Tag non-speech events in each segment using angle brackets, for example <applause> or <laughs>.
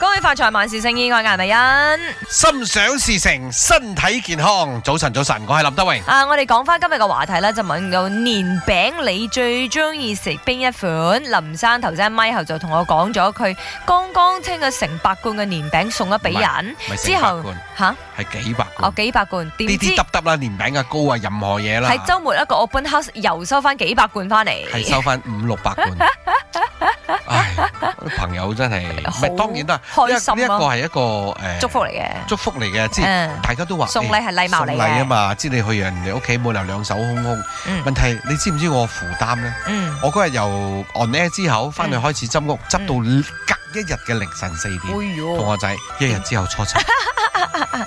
恭喜發財，萬事勝意，我係顏美欣。心想事成，身體健康。早晨，早晨，我係林德榮。啊，我哋講翻今日嘅話題咧，就問到年餅你最中意食邊一款？林生頭先咪後就同我講咗，佢剛剛清咗成百罐嘅年餅送咗俾人，咪之成百後罐，吓係幾百哦罐。幾百罐，點呢知嗯啲耷耷啦，年餅啊糕啊，任何嘢啦，喺週末一個 open house 又收翻幾百罐翻嚟，係收翻五六 <laughs> 百罐。唉，啲朋友真係，唔好係當然啦，開呢一心啊呢一個係一個誒祝福嚟嘅。祝福嚟嘅，即係嗯大家都話送禮係禮貌嚟送禮啊嘅，嘛，知你去人哋屋企冇理由兩手空空。嗯問題你知唔知我負擔呢？嗯，我嗰日由 on air 之後翻去嗯開始執屋，執到隔一日嘅凌晨四點。哎同呦，我仔一日之後初 <laughs> 七，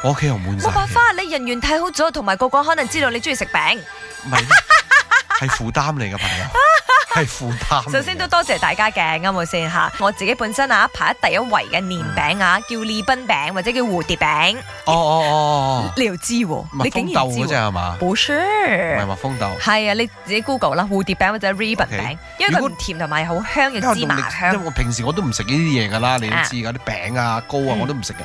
我屋企又滿晒冇辦嘅，法，你人緣太好咗，同埋個個可能知道你中意食餅，<laughs> 唔係係負擔嚟嘅朋友，係負擔嚟嘅。首先都多謝大家嘅，啱冇先吓。我自己本身啊排喺第一位嘅年嗯餅啊，叫利賓餅或者叫蝴蝶餅，哦哦哦哦，你又知喎，蜜你竟蜂然豆知嗰只喎？係嘛？冇唔係 sure，蜜 <laughs> 蜂豆，係啊，你自己 Google 啦，蝴蝶餅或者 ribbon 餅 OK，因為如佢果唔甜同埋好香因為嘅芝農麻曆，因香為。我平時我都唔食呢啲嘢㗎啦，你都啊知㗎，啲餅啊、糕啊嗯我都唔食嘅。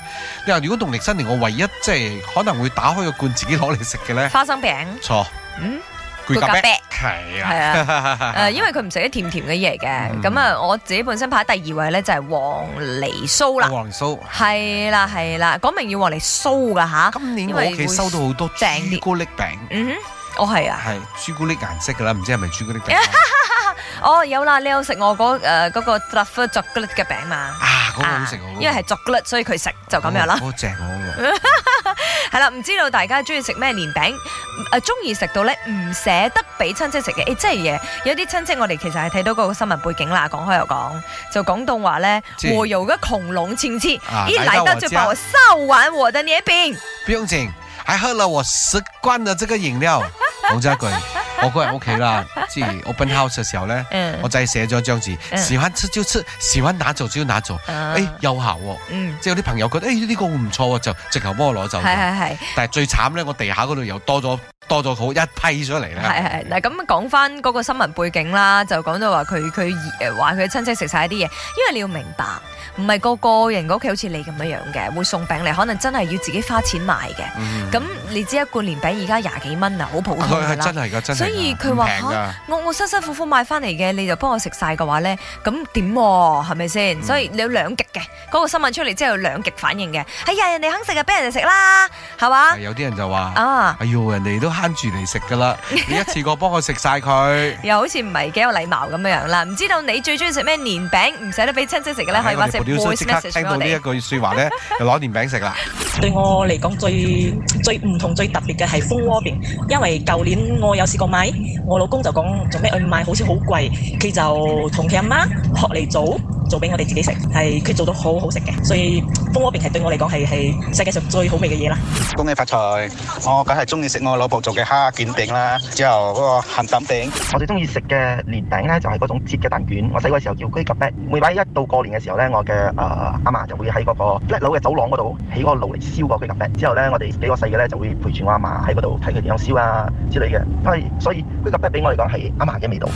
你話如果農曆新年，我唯一即係可能會打開個罐自己攞嚟食嘅咧，花生餅，錯嗯，攰攰夾夾餅餅，係係啊， <laughs> 啊。誒、因為佢唔食啲甜甜嘅嘢嘅，嗯咁啊、我自己本身排喺第二位咧就係黃梨酥啦，黃酥。係啦係啦，講明要黃梨酥噶吓，今年啊因我為屋企會收到好多正啲朱古力餅，嗯哼，我係啊，係朱古力顏色㗎啦，唔知係咪朱古力 <laughs> 餅哦有啦，你有食我嗰誒嗰個 truffle chocolate 嘅餅嘛？啊？嗰個好啊食喎，嗰因個為係 chocolate，所以佢食就咁樣啦。嗰個正 <laughs> 我嗰個嗯係啦，唔知道大家中意食咩年餅？誒，中意食到咧唔捨得俾親戚食嘅，誒、真係嘢。有啲親戚我哋其實係睇到個新聞背景啦，講開又講，就講到話咧，即係我有一個恐龍親戚，啊一來來到到我就家把我燒完我的年餅。不用緊，還喝了我十罐的這個飲料。<laughs> 講真一句，我嗰日屋企啦，即係 open house 嘅時候咧，嗯我仔寫咗張字，嗯喜歡吃就吃，喜歡拿走就拿走。啊誒，有效喎，嗯，即係有啲朋友覺得誒呢個唔錯喎，就直頭幫我攞走係。係係。但係最慘咧，我地下嗰度又多咗多咗好一批出嚟係啦。係嗱，咁講翻嗰個新聞背景啦，就講到話佢佢誒話佢親戚食晒啲嘢，因為你要明白，唔係個個人嘅屋企好似你咁樣樣嘅，會送餅嚟，可能真係要自己花錢買嘅。嗯咁你知一罐年餅而家廿幾蚊啊，好普通佢㗎係真啦。係㗎，真係㗎。所以佢話啊唔平㗎我我辛辛苦苦買翻嚟嘅，你就幫我食晒嘅話呢，咁點喎？係咪嗯先？所以你有兩極嘅，嗰、個新聞出嚟之後有兩極反應嘅。哎呀，人哋肯食就俾人哋食啦，係嘛係？有啲人就話：啊！哎呦，人哋都慳住嚟食 <laughs> 㗎啦，你一次過幫我食晒佢。又好似唔係幾有禮貌咁樣樣啦，唔知道你最中意食咩年餅，唔捨得俾親戚食嘅咧，可以話成 voice 即刻 message 俾聽到我呢一哋。句説 <laughs> 話咧，就攞年餅食啦。對我嚟講最最唔同最特別嘅係蜂窩餅，因為舊年我有試過買，我老公就講做咩去買好似好貴，佢就同佢阿媽學嚟做，做俾我哋自己食，係佢做到好好食嘅，所以蜂窩餅係對我嚟講係係世界上最好味嘅嘢啦。恭喜發財！我梗係中意食我老婆做嘅蝦卷餅啦，之後嗰個鹹蛋餅。我最中意食嘅年餅咧，就係嗰種折嘅蛋卷。我細個時候叫居夾餅。每擺一到過年嘅時候咧，我嘅誒阿嫲就會喺嗰個叻佬嘅走廊嗰度起個爐嚟燒個居夾餅。之後咧，我哋幾個細嘅咧就會陪住我阿嫲喺嗰度睇佢點樣燒啊之類嘅。因為所以居夾餅俾我嚟講係阿嫲嘅味道。